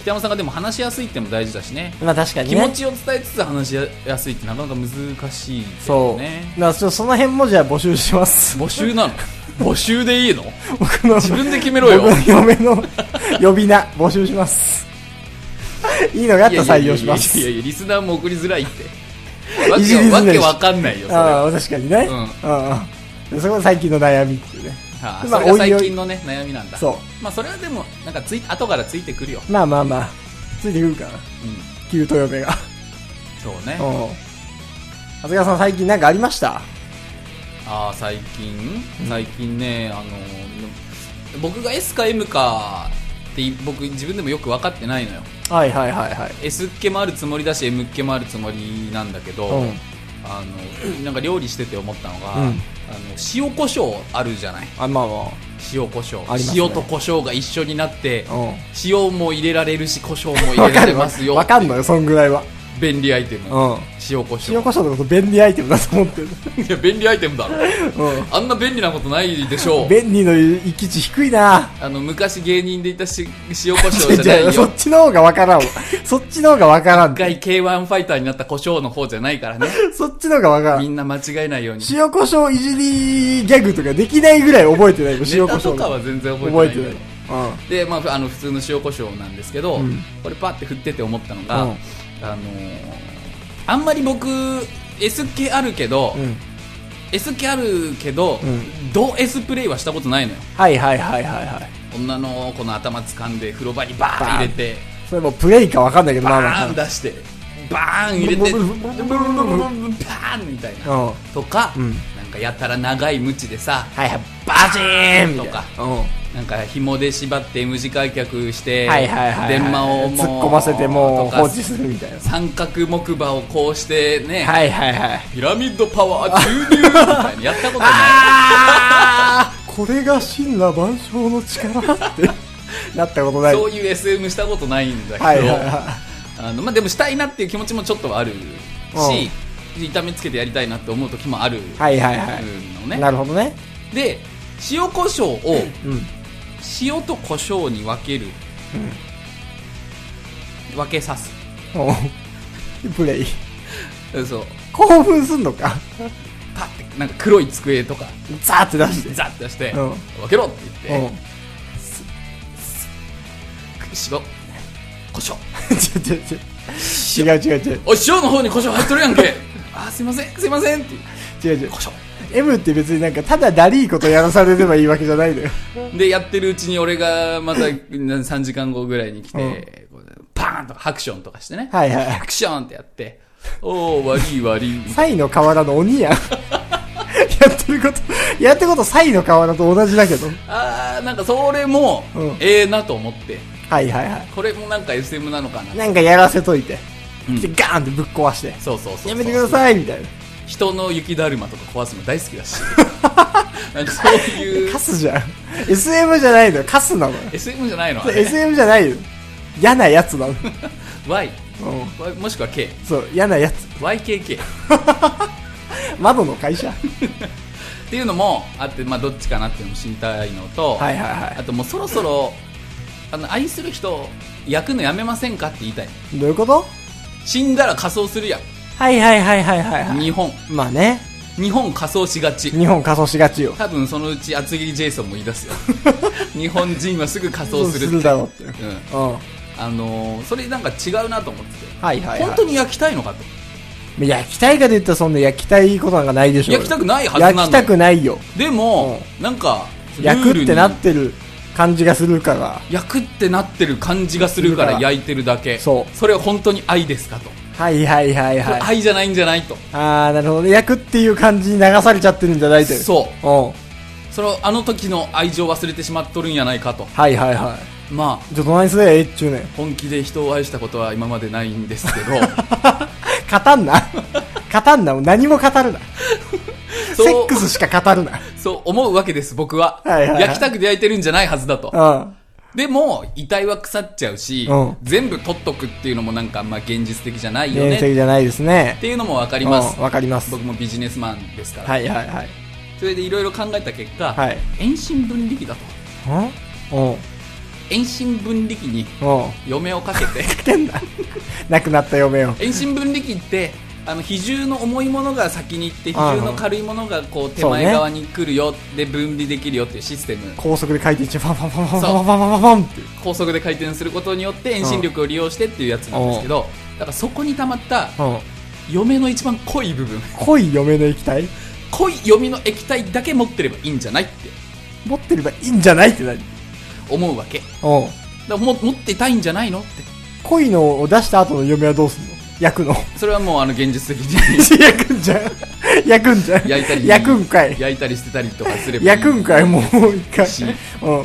Speaker 2: 北山さんがでも話しやすいってのも大事だしね
Speaker 1: い。まあ確か
Speaker 2: 気持ちを伝えつつ話しやすいってなかなか難しいけ
Speaker 1: そ
Speaker 2: ど
Speaker 1: う。
Speaker 2: ね
Speaker 1: だからちょっとその辺もじゃあ募集します。
Speaker 2: 募集な
Speaker 1: (laughs)
Speaker 2: の募集でいいの
Speaker 1: 僕の、
Speaker 2: 自分で決めろ
Speaker 1: 僕
Speaker 2: よ
Speaker 1: の嫁の呼び名、募集します。いいのがあったら採用します。
Speaker 2: いやいやいやいやいやリスナーも送りづらいって
Speaker 1: (laughs)
Speaker 2: わ
Speaker 1: いじりづ
Speaker 2: け
Speaker 1: ら
Speaker 2: わ
Speaker 1: いし
Speaker 2: けわかんないよそれは
Speaker 1: ああ、確かにね。
Speaker 2: う
Speaker 1: うんん。でそこが最近の悩みっていうね。
Speaker 2: はあ
Speaker 1: ま
Speaker 2: そ
Speaker 1: あ
Speaker 2: れが
Speaker 1: おいおい
Speaker 2: 最近のね悩みなんだ
Speaker 1: そ
Speaker 2: まあそれはでもなんかつい後からついてくるよ
Speaker 1: う。まあまあまあ。ついてくるから。
Speaker 2: うん
Speaker 1: 旧豊嫁が。
Speaker 2: そうね
Speaker 1: うん。長谷川さん最近なんかありました
Speaker 2: ああ最近最近ねあの僕が S か M かって僕自分でもよく分かってないのよ
Speaker 1: はいはいはいはい。
Speaker 2: S っ気もあるつもりだし M っ気もあるつもりなんだけど、
Speaker 1: うん。
Speaker 2: あの (clears throat) なんか料理してて思ったのが、
Speaker 1: うん
Speaker 2: あの塩コショウあるじゃない
Speaker 1: あ、まあま
Speaker 2: 塩コショ
Speaker 1: あ
Speaker 2: ウ、
Speaker 1: りますね
Speaker 2: 塩とコショウが一緒になって
Speaker 1: あ。うん。
Speaker 2: 塩も入れられるしコショウも入
Speaker 1: わ
Speaker 2: れら
Speaker 1: か
Speaker 2: れ
Speaker 1: る (laughs)
Speaker 2: ま
Speaker 1: わ
Speaker 2: すよ (laughs)
Speaker 1: わかんのよ、そんぐらいは。
Speaker 2: 便利アイテム、
Speaker 1: うん
Speaker 2: 塩コショ
Speaker 1: 塩コショウのこと便利アイテムだと思ってる、
Speaker 2: ウいや便利アイテ
Speaker 1: (laughs)
Speaker 2: ムだろ
Speaker 1: う
Speaker 2: あんな便利なことないでしょ
Speaker 1: ん、
Speaker 2: う
Speaker 1: 便利の域値低いな
Speaker 2: あの昔芸人でいたし塩コショウじ
Speaker 1: じ
Speaker 2: ゃ
Speaker 1: ゃ (laughs)
Speaker 2: な
Speaker 1: あ
Speaker 2: い
Speaker 1: そ
Speaker 2: よ
Speaker 1: っちの方がわからんわそっちの方がわからん
Speaker 2: 一回 K1 ファイターになった胡椒の方じゃないからね
Speaker 1: (laughs) そっちの方がわから
Speaker 2: み
Speaker 1: ん
Speaker 2: んな間違えないように
Speaker 1: 塩コショウいじりギャグとかできないぐらい覚えてないよ
Speaker 2: ネ
Speaker 1: 塩
Speaker 2: タ
Speaker 1: コショ
Speaker 2: と
Speaker 1: ウ
Speaker 2: か
Speaker 1: の
Speaker 2: は全然覚
Speaker 1: 覚え
Speaker 2: えて
Speaker 1: て
Speaker 2: ない
Speaker 1: ない
Speaker 2: けどで、まあ、あの普通の塩コショウなんですけど、
Speaker 1: うん
Speaker 2: これパッて振ってて思ったのが、
Speaker 1: うん
Speaker 2: あのーあんまり僕 S 系あるけど、
Speaker 1: うん、うん
Speaker 2: S 系あるけど、
Speaker 1: うん
Speaker 2: ド S プレイはしたことないのよ
Speaker 1: はいはいはいはいはい
Speaker 2: 女の子の頭掴んで風呂場にバーン入れて
Speaker 1: それもうプレイかわかんないけどまあまあ
Speaker 2: バーン出してバーン入れて
Speaker 1: ブル
Speaker 2: ブ
Speaker 1: ブ
Speaker 2: ル
Speaker 1: ル
Speaker 2: ブ
Speaker 1: ブ
Speaker 2: ルブ
Speaker 1: ル
Speaker 2: ル
Speaker 1: ブル
Speaker 2: ブル
Speaker 1: ブルブル
Speaker 2: バーンみたいな
Speaker 1: うん
Speaker 2: とか、
Speaker 1: うん
Speaker 2: なんかやたら長いムチでさ
Speaker 1: はいはいバチーンみたいな
Speaker 2: と
Speaker 1: うん
Speaker 2: なんか紐で縛って M 字開脚して、
Speaker 1: はいはいはいはい
Speaker 2: 電話をもう
Speaker 1: 突っ込ませてもう放
Speaker 2: とか
Speaker 1: 置するみたいな
Speaker 2: 三角木馬をこうしてね、
Speaker 1: はいはいはい
Speaker 2: ピラミッドパワー注入みたいなやったことない
Speaker 1: これが神羅万象の力って (laughs) なったことない
Speaker 2: そういう SM したことないんだけど、
Speaker 1: はいはいは
Speaker 2: あのまあ、でもしたいなっていう気持ちもちょっとはあるし、痛めつけてやりたいなって思う時もある
Speaker 1: いはいはいは
Speaker 2: の
Speaker 1: い
Speaker 2: ね、
Speaker 1: なるほどね
Speaker 2: で塩コショウを
Speaker 1: うん
Speaker 2: 塩とコショウに分ける、分けさす
Speaker 1: おう (laughs) プレイ
Speaker 2: うんそう
Speaker 1: 興奮すんのか
Speaker 2: パッてなんか黒い机とか
Speaker 1: ザーって出して
Speaker 2: ザッて出して、
Speaker 1: うん
Speaker 2: 分けろって言っ
Speaker 1: うん
Speaker 2: て塩コショ
Speaker 1: (laughs)
Speaker 2: ウ
Speaker 1: ちょちょちょ違う違う違う
Speaker 2: おい塩の方に胡椒入っとるやんけ (laughs) あすいませんすいませんって
Speaker 1: 違う違う
Speaker 2: 胡椒
Speaker 1: M って別になんかただダリーことやらされればいいわけじゃない (laughs) のよ
Speaker 2: でやってるうちに俺がまた3 (coughs) 時間後ぐらいに来て、こうパーンとハクションとかしてね、
Speaker 1: はいはい
Speaker 2: ハクションってやっておお悪い悪 (laughs) い
Speaker 1: サイの河原の鬼やん (laughs) やってることやってることサイの河原と同じだけど
Speaker 2: あーなんかそれも、
Speaker 1: うん
Speaker 2: ええなと思って
Speaker 1: はいはいは、
Speaker 2: これもなんか SM なのかない
Speaker 1: なんかやらせといて、
Speaker 2: うん
Speaker 1: でガーンってぶっ壊して
Speaker 2: そうそうそうそう
Speaker 1: やめてくださいみたいな
Speaker 2: 人の雪だるまとか壊すの大好きだ (laughs) しなんかそういう
Speaker 1: カスじゃん SM じゃないのよカスなのよ
Speaker 2: SM じゃないの
Speaker 1: それ SM じゃないよ嫌なやつなの、う
Speaker 2: Y
Speaker 1: ん、
Speaker 2: もしくは K
Speaker 1: そう嫌なやつ
Speaker 2: YKK
Speaker 1: 窓の会社は
Speaker 2: っていうのもあって、まあ、どっちかなっていうのも知りたいのと、
Speaker 1: いはいは
Speaker 2: あともうそろそろあの愛する人焼くのやめませんかって言いたい
Speaker 1: いどういうこと
Speaker 2: 死んだら仮装するやん、
Speaker 1: はいはいはいはいはい、はい、
Speaker 2: 日本
Speaker 1: まあね
Speaker 2: 日本仮装しがち
Speaker 1: 日本仮装しがちよ
Speaker 2: 多分そのうち厚切りジェイソンも言い
Speaker 1: (laughs)
Speaker 2: 出すよ日本人はすぐ仮
Speaker 1: そ
Speaker 2: 装
Speaker 1: う
Speaker 2: するって
Speaker 1: だろうってうん
Speaker 2: うん
Speaker 1: は
Speaker 2: あのーそれなんか違うなと思ってて、
Speaker 1: いはい
Speaker 2: 本当に焼きたいのかと
Speaker 1: に焼きたいかで言ったらそんな焼きたいことなんかないでしょ
Speaker 2: 焼きたくないはずな
Speaker 1: 焼
Speaker 2: の
Speaker 1: きたくないよ
Speaker 2: でも、なんか
Speaker 1: 焼くってなっ
Speaker 2: ルール
Speaker 1: て
Speaker 2: に
Speaker 1: る感じがするから
Speaker 2: 焼くってなってる感じがするから焼いてるだけ
Speaker 1: そう
Speaker 2: それは本当に愛ですかと
Speaker 1: はいはいはい
Speaker 2: こ
Speaker 1: は
Speaker 2: れ
Speaker 1: い
Speaker 2: 愛じゃないんじゃないと
Speaker 1: ああなるほどね焼くっていう感じに流されちゃってるんじゃないという
Speaker 2: そう
Speaker 1: うん
Speaker 2: それをあの時の愛情を忘れてしまっとるんやないかと
Speaker 1: はいはいはい
Speaker 2: まあ
Speaker 1: ちょっと何すれえっちゅうねん
Speaker 2: 本気で人を愛したことは今までないんですけど
Speaker 1: (laughs) 語んな
Speaker 2: (laughs)
Speaker 1: 語んなもう何も語るなセ
Speaker 2: そ
Speaker 1: ッ
Speaker 2: う
Speaker 1: クスしか語る
Speaker 2: (laughs)
Speaker 1: な
Speaker 2: そう思うわけです僕は,、
Speaker 1: はいはいはい
Speaker 2: 焼きたくて焼いてるんじゃないはずだと
Speaker 1: うん
Speaker 2: でも遺体は腐っちゃうし、
Speaker 1: うん
Speaker 2: 全部取っとくっていうのもなんかあんま現実的じゃないよ
Speaker 1: 現実
Speaker 2: ねっ
Speaker 1: 的じゃないですね
Speaker 2: ていうのも分かります
Speaker 1: うんわかります
Speaker 2: 僕もビジネスマンですから、
Speaker 1: はいはいはい
Speaker 2: それでいろいろ考えた結果、
Speaker 1: はい
Speaker 2: 遠心分離器だと
Speaker 1: うんうん
Speaker 2: 遠心分離器に
Speaker 1: うん
Speaker 2: 嫁をかけて
Speaker 1: 亡 (laughs) くなった嫁を
Speaker 2: 遠心分離器ってあの比重の重いものが先に行って比重の軽いものがこう手前側に来るよで分離できるよっていうシステム
Speaker 1: 高速で回転してファンファンファンファン
Speaker 2: そう
Speaker 1: ファンファンファンファンって
Speaker 2: 高速で回転することによって遠心力を利用してっていうやつなんですけどだからそこにたまった
Speaker 1: うん
Speaker 2: 嫁の一番濃い部分 (laughs)
Speaker 1: 濃い嫁の液体
Speaker 2: 濃い嫁の液体だけ持ってればいいんじゃないって
Speaker 1: 持ってればいいんじゃないって何
Speaker 2: 思うわけだか
Speaker 1: うん
Speaker 2: らも持ってたいんじゃないのって
Speaker 1: 恋のを出した後の嫁はどうすんの焼く
Speaker 2: (laughs)
Speaker 1: の
Speaker 2: それはもうあの現実的に (laughs)
Speaker 1: 焼くんじゃん焼くんじゃん
Speaker 2: 焼いたり
Speaker 1: 焼くんかい
Speaker 2: 焼いたりしてたりとかすればいい
Speaker 1: 焼くんかいもう一回
Speaker 2: し
Speaker 1: うん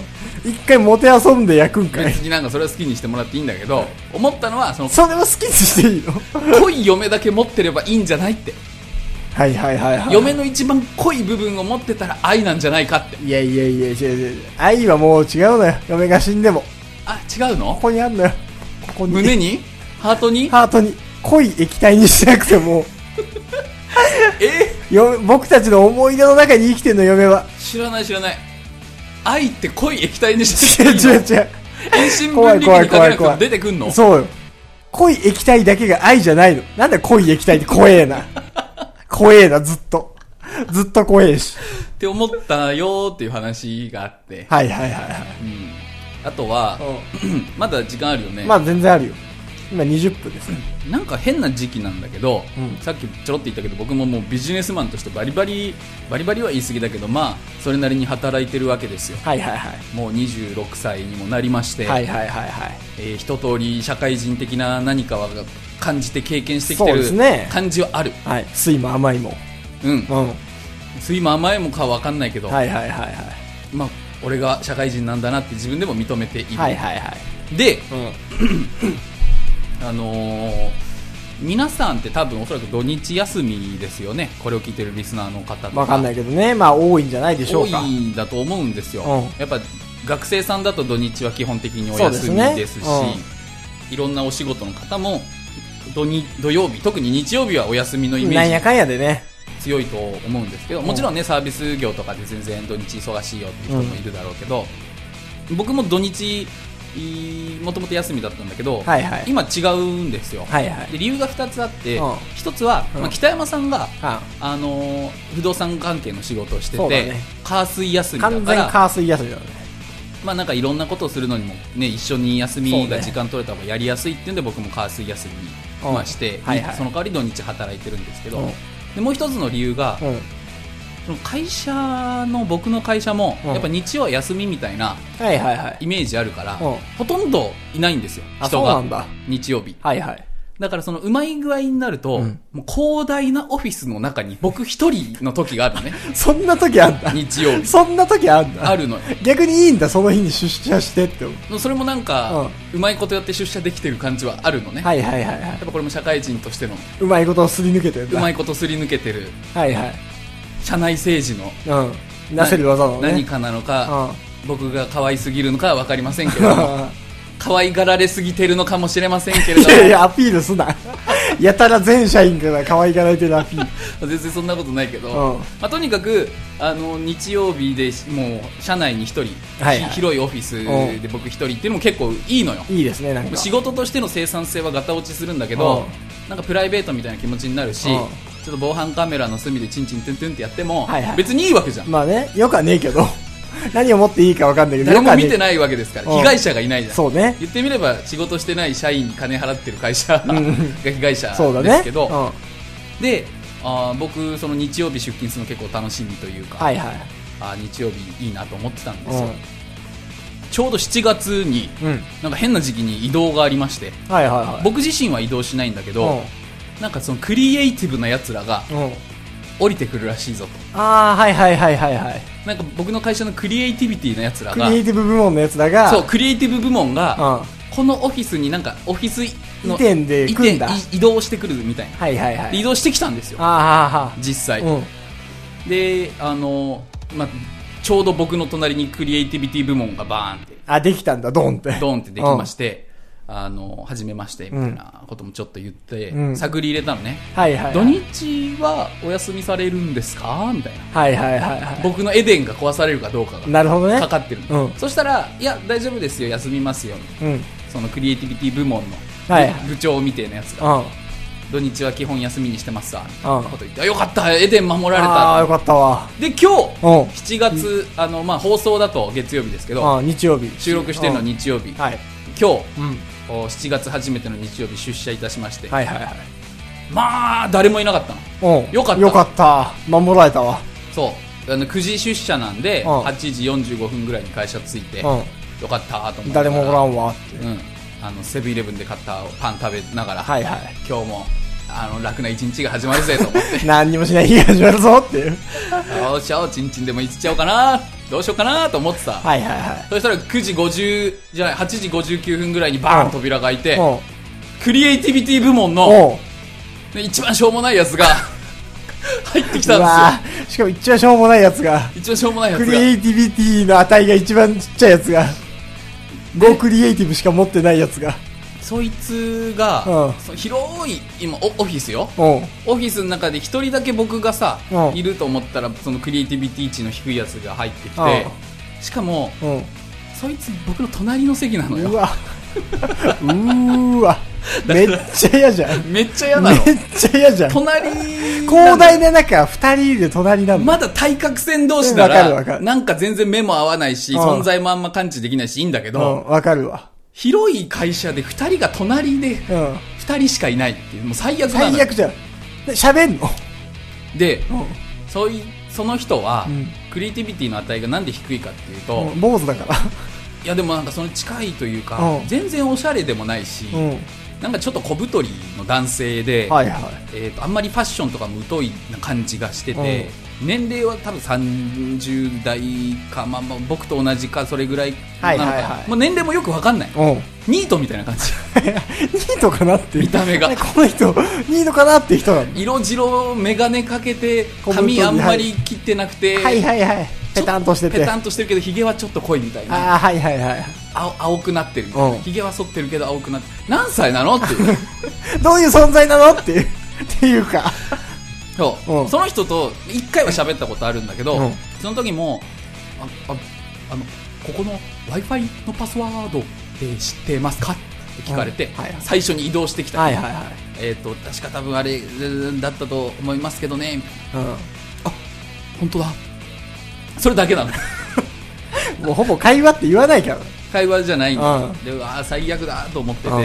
Speaker 1: 一回もてあそんで焼くんかい
Speaker 2: 別になんかそれは好きにしてもらっていいんだけど思ったのはその
Speaker 1: それも好きにしていいの
Speaker 2: 濃い嫁だけ持ってればいいんじゃないって
Speaker 1: はいはいはいはい
Speaker 2: 嫁の一番濃い部分を持ってたら愛なんじゃないかって
Speaker 1: いやいやいや違う違う違う愛はもう違うのよ嫁が死んでも
Speaker 2: あ違う
Speaker 1: こ
Speaker 2: の
Speaker 1: こにあんのよここに
Speaker 2: 胸にハートに
Speaker 1: ハートに濃い液体にしなくても
Speaker 2: (laughs) え
Speaker 1: よ僕たちの思い出の中に生きてんの読めば
Speaker 2: 知らない知らない愛って濃い液体にして
Speaker 1: 違う違う違う (laughs)
Speaker 2: 遠心分離器にかけなくても出てくんの
Speaker 1: そうよ濃い液体だけが愛じゃないのなんで濃い液体って怖え
Speaker 2: (laughs)
Speaker 1: な怖えなずっとずっと怖えし
Speaker 2: って思ったよーっていう話があって、
Speaker 1: はいはいはいはい
Speaker 2: うんあとは、 (clears throat) まだ時間あるよね、
Speaker 1: まあ全然あるよ今20分です
Speaker 2: なんか変な時期なんだけど、
Speaker 1: うん
Speaker 2: さっきちょろって言ったけど僕ももうビジネスマンとしてバリバリバリバリは言い過ぎだけどまあそれなりに働いてるわけですよ
Speaker 1: はいはいはい
Speaker 2: もう26歳にもなりまして、
Speaker 1: はいはいはいはい
Speaker 2: えー一通り社会人的な何かは感じて経験してきて
Speaker 1: そう
Speaker 2: る
Speaker 1: ですね
Speaker 2: 感じはある
Speaker 1: はい酸いも甘いも
Speaker 2: うん
Speaker 1: うんはい
Speaker 2: 酸いも甘いもかは分かんないけど、
Speaker 1: はいはいはい
Speaker 2: まあ俺が社会人なんだなって自分でも認めている、
Speaker 1: はいはいはい
Speaker 2: で
Speaker 1: うん
Speaker 2: あのー皆さんって多分おそらく土日休みですよねこれを聞いてるリスナーの方と
Speaker 1: わかんない
Speaker 2: い
Speaker 1: けどねまあ多いんじゃないでしょ
Speaker 2: 多
Speaker 1: うか
Speaker 2: いんだと思うんですよ、
Speaker 1: うん
Speaker 2: やっぱ学生さんだと土日は基本的にお
Speaker 1: そうです
Speaker 2: 休み
Speaker 1: ね
Speaker 2: ですしいろんなお仕事の方も土に土曜日特に日曜日はお休みのイメ
Speaker 1: なんや
Speaker 2: ージ
Speaker 1: かんやでね
Speaker 2: 強いと思うんですけどもちろんねサービス業とかで全然土日忙しいよっていう人もいるだろうけど、僕も土日もともと休みだったんだけど、
Speaker 1: はいはい
Speaker 2: 今違うんですよ、
Speaker 1: はいはい
Speaker 2: で理由が2つあって、
Speaker 1: うん
Speaker 2: 1つは、
Speaker 1: うん
Speaker 2: まあ、北山さんが、
Speaker 1: あ
Speaker 2: あのー不動産関係の仕事をして
Speaker 1: そうだ
Speaker 2: て、
Speaker 1: ね
Speaker 2: カー水休みだ
Speaker 1: 完
Speaker 2: か
Speaker 1: 全
Speaker 2: ら、
Speaker 1: カー水休みだね
Speaker 2: まあ、なんかいろんなことをするのにも、ね、一緒に休み
Speaker 1: そう
Speaker 2: が
Speaker 1: ね
Speaker 2: 時間取れた方がやりやすいっていうんで僕もカー水休み
Speaker 1: うん
Speaker 2: まあして、
Speaker 1: はいはい
Speaker 2: その代わり土日働いてるんですけど、
Speaker 1: うん
Speaker 2: でもう1つの理由が、
Speaker 1: うん
Speaker 2: その会社の僕の会社も、
Speaker 1: うん
Speaker 2: やっぱ日曜は休みみたいな
Speaker 1: はいはいはい
Speaker 2: イメージあるから、
Speaker 1: うん
Speaker 2: ほとんどいないんですよ
Speaker 1: あ
Speaker 2: 人
Speaker 1: そうな
Speaker 2: が
Speaker 1: んだ
Speaker 2: 日曜日
Speaker 1: はいはい
Speaker 2: だからそのうまい具合になると、
Speaker 1: うん
Speaker 2: もう広大なオフィスの中に僕一人の時があるの
Speaker 1: (laughs)
Speaker 2: ね
Speaker 1: そんな時あんだ
Speaker 2: 日曜日
Speaker 1: そんな時あんだ
Speaker 2: あるのよ
Speaker 1: 逆にいいんだその日に出社してって思う
Speaker 2: それもなんか、うまいことやって出社できてる感じはあるのね、
Speaker 1: はいはいはいはい
Speaker 2: やっぱこれも社会人としての
Speaker 1: うまいことをすり抜けてるん
Speaker 2: う
Speaker 1: だ
Speaker 2: まいことすり抜けてる
Speaker 1: はいは
Speaker 2: 社内政治の
Speaker 1: いうんなせる技なのね
Speaker 2: 何かなのか、
Speaker 1: うん
Speaker 2: 僕が可愛すぎるのかは分かりませんけれども可愛がられすぎてるのかもしれませんけれ
Speaker 1: い
Speaker 2: ども
Speaker 1: (laughs) やいやアピールすなやたら全社員から可愛がられてるアピール
Speaker 2: 全然そんなことないけど、
Speaker 1: うん
Speaker 2: まあ、とにかくあの日曜日でもう社内に一人、
Speaker 1: はいはい
Speaker 2: ひ広いオフィスで僕一人っていうのも結構いいのよ
Speaker 1: いいですねなんか
Speaker 2: 仕事としての生産性はガタ落ちするんだけど、なんかプライベートみたいな気持ちになるし、
Speaker 1: うん
Speaker 2: ちょっと防犯カメラの隅でチンチントゥントゥンってやっても、
Speaker 1: はいはい
Speaker 2: 別にいいわけじゃん、
Speaker 1: まあねよくはねえけど (laughs) 何を持っていいか分かんないけど
Speaker 2: 誰も
Speaker 1: よくはね
Speaker 2: 見
Speaker 1: え
Speaker 2: てないわけですから、
Speaker 1: うん
Speaker 2: 被害者がいないじゃん
Speaker 1: そうね
Speaker 2: 言ってみれば仕事してない社員に金払ってる会社が (laughs) 被害者
Speaker 1: そうだね
Speaker 2: ですけど、
Speaker 1: うん、は
Speaker 2: であー僕その日曜日出勤するの結構楽しみというか、
Speaker 1: いはい
Speaker 2: あー日曜日いいなと思ってたんですよ、
Speaker 1: う
Speaker 2: ちょうど7月に
Speaker 1: ん、うん、
Speaker 2: なんか変な時期に移動がありまして、
Speaker 1: はいはいはい
Speaker 2: 僕自身は移動しないんだけど、なんかそのクリエイティブなやつらが
Speaker 1: うん、うん、
Speaker 2: 降りてくるらしいぞと
Speaker 1: ああはいはいはいはいはい
Speaker 2: なんか僕の会社のクリエイティビティなやつら
Speaker 1: クリエイ
Speaker 2: が
Speaker 1: ティブ部門のやつだが
Speaker 2: そうクリエイティブ部門が、
Speaker 1: うん
Speaker 2: このオフィスになんかオフィスの
Speaker 1: 移転で来るんだ
Speaker 2: 移転い移動してくるみたいな、
Speaker 1: はいはいは
Speaker 2: で移
Speaker 1: い
Speaker 2: 動してきたんですよ
Speaker 1: ああ
Speaker 2: 実際、
Speaker 1: ーはーはーうん
Speaker 2: であの、まあ、ちょうど僕の隣にクリエイティビティ部門がバーンって
Speaker 1: あできたんだドンって
Speaker 2: ドーンってできまして、あの、初めまして、みたいなこともちょっと言って、
Speaker 1: うん
Speaker 2: 探り入れたのね。
Speaker 1: はいはい
Speaker 2: 土
Speaker 1: はい
Speaker 2: 日はお休みされるんですかみたいな。
Speaker 1: はいはいはいは
Speaker 2: 僕のエデンが壊されるかどうか
Speaker 1: いなるほど
Speaker 2: が
Speaker 1: ね
Speaker 2: かかってるの、
Speaker 1: うん
Speaker 2: そしたら、いや、大丈夫ですよ、休みますよ。
Speaker 1: うんうん
Speaker 2: そのクリエイティビティ部門の
Speaker 1: はい
Speaker 2: 部部長みたいなやつが、
Speaker 1: あ
Speaker 2: 土日は基本休みにしてますわ。みたい
Speaker 1: うん
Speaker 2: なこと言って、あよかった、エデン守られ
Speaker 1: あーよか
Speaker 2: た。
Speaker 1: ったわ
Speaker 2: で、今日、
Speaker 1: うん
Speaker 2: 7月、あの、まあ、放送だと月曜日ですけど、
Speaker 1: あー日曜日
Speaker 2: 収録してるのは
Speaker 1: うん
Speaker 2: 日曜日。
Speaker 1: はい
Speaker 2: 今日、
Speaker 1: うん
Speaker 2: お7月初めての日曜日出社いたしまして、
Speaker 1: はいはいはい
Speaker 2: まあ誰もいなかったの
Speaker 1: うん
Speaker 2: よかった
Speaker 1: よかった守られたわ
Speaker 2: そうあの9時出社なんで、
Speaker 1: うん
Speaker 2: 8時45分ぐらいに会社着いて、よ
Speaker 1: う
Speaker 2: かったと思
Speaker 1: ん
Speaker 2: って
Speaker 1: 誰もおらんわって
Speaker 2: うん、あのセブンイレブンで買ったパン食べながら、
Speaker 1: はいはい
Speaker 2: 今日もあの楽な一日が始まるぜと思っ
Speaker 1: (laughs)
Speaker 2: て
Speaker 1: 何にもしない日が始まるぞっていう
Speaker 2: よっしゃおちんちんでもいっちゃおうかなどうしようかなと思ってた、
Speaker 1: はいはいはい
Speaker 2: そしたら9時50じゃない8時59分ぐらいにバー
Speaker 1: うん
Speaker 2: ン扉が開いて、
Speaker 1: うん
Speaker 2: クリエイティビティ部門の
Speaker 1: うん
Speaker 2: ね一番しょうもないや
Speaker 1: (laughs)
Speaker 2: つが入ってき
Speaker 1: う
Speaker 2: たんですよ
Speaker 1: わーしかも一番しょうもないやつが
Speaker 2: 一応しょうもないやつ
Speaker 1: ク
Speaker 2: が
Speaker 1: リエイティビティの値が一番ちっちゃいやつが5クリエイティブしか持ってないやつが
Speaker 2: そいつが、
Speaker 1: うん
Speaker 2: その広い今オオフィスよ
Speaker 1: うん。
Speaker 2: オフィスの中で一人だけ僕がさ、
Speaker 1: うん
Speaker 2: いると思ったらそのクリエイティビティ値の低いやつが入ってきて、しかも
Speaker 1: う
Speaker 2: そいつ僕の隣の席なの
Speaker 1: ん。う
Speaker 2: よ
Speaker 1: わ。うーわ。めっちゃ嫌じゃん。
Speaker 2: めっちゃ嫌
Speaker 1: め
Speaker 2: な
Speaker 1: っ
Speaker 2: の
Speaker 1: ちゃ嫌じゃん。
Speaker 2: 隣なの
Speaker 1: 広大な中、二人で隣なんだ。
Speaker 2: まだ対角線同士な、
Speaker 1: うんわかるわからる
Speaker 2: なんか全然目も合わないし、
Speaker 1: うん
Speaker 2: 存在もあんま感知できないし、いいんだけ
Speaker 1: う
Speaker 2: ど、
Speaker 1: ん、わかるわ。
Speaker 2: 広い会社で二人が隣で
Speaker 1: うん。
Speaker 2: 二人しかいないっていう、もう最悪なの
Speaker 1: 最
Speaker 2: よ
Speaker 1: 悪。じゃん。で喋んの
Speaker 2: で、
Speaker 1: う
Speaker 2: そういその人は、
Speaker 1: うん
Speaker 2: クリエイティビティの値がなんで低いかっていうと、
Speaker 1: ん。坊主だから。
Speaker 2: いやでもなんかその近いというか、
Speaker 1: うん
Speaker 2: 全然おしゃれでもないし、
Speaker 1: うん。
Speaker 2: なんかちょっと小太りの男性で、
Speaker 1: はいは
Speaker 2: えー、とあんまりファッションとかも疎いな感じがしてて、年齢は多分30代か、まあ、まあ僕と同じかそれぐらいなのか、
Speaker 1: はいはいはい
Speaker 2: もう年齢もよくわかんない
Speaker 1: い。うん。 (laughs)
Speaker 2: ニートみたいな感じ (laughs)
Speaker 1: ニートかなっていう
Speaker 2: 見た目が
Speaker 1: ねこの人、ニートかなって人なの。
Speaker 2: 色白眼鏡かけて
Speaker 1: 小太り
Speaker 2: 髪あんまり切ってなくて、
Speaker 1: はいはいはい。ペタンとしてて。
Speaker 2: ペタンとしてるけどひげはちょっと濃いみたいな
Speaker 1: ああ、はいはいはい。
Speaker 2: 青青くなってるみたいな
Speaker 1: うん
Speaker 2: ひげは剃ってるけど青くなって何歳なのっていう
Speaker 1: どういう存在なのっていう。 (laughs) っていうか。
Speaker 2: そう、
Speaker 1: うん
Speaker 2: その人と1回は喋ったことあるんだけど、
Speaker 1: うん
Speaker 2: その時もあああのここの w i f i のパスワードって知ってますかって聞かれて、
Speaker 1: うんはいはい
Speaker 2: 最初に移動してきた、
Speaker 1: はいはいはい。
Speaker 2: えっと確か多分あれだったと思いますけどね
Speaker 1: う
Speaker 2: 本当だそれだけなの
Speaker 1: ん。もうほぼ会話って言わないから。
Speaker 2: 会話じゃないんだよ、
Speaker 1: うん
Speaker 2: でうわー最悪だと思ってて、
Speaker 1: うん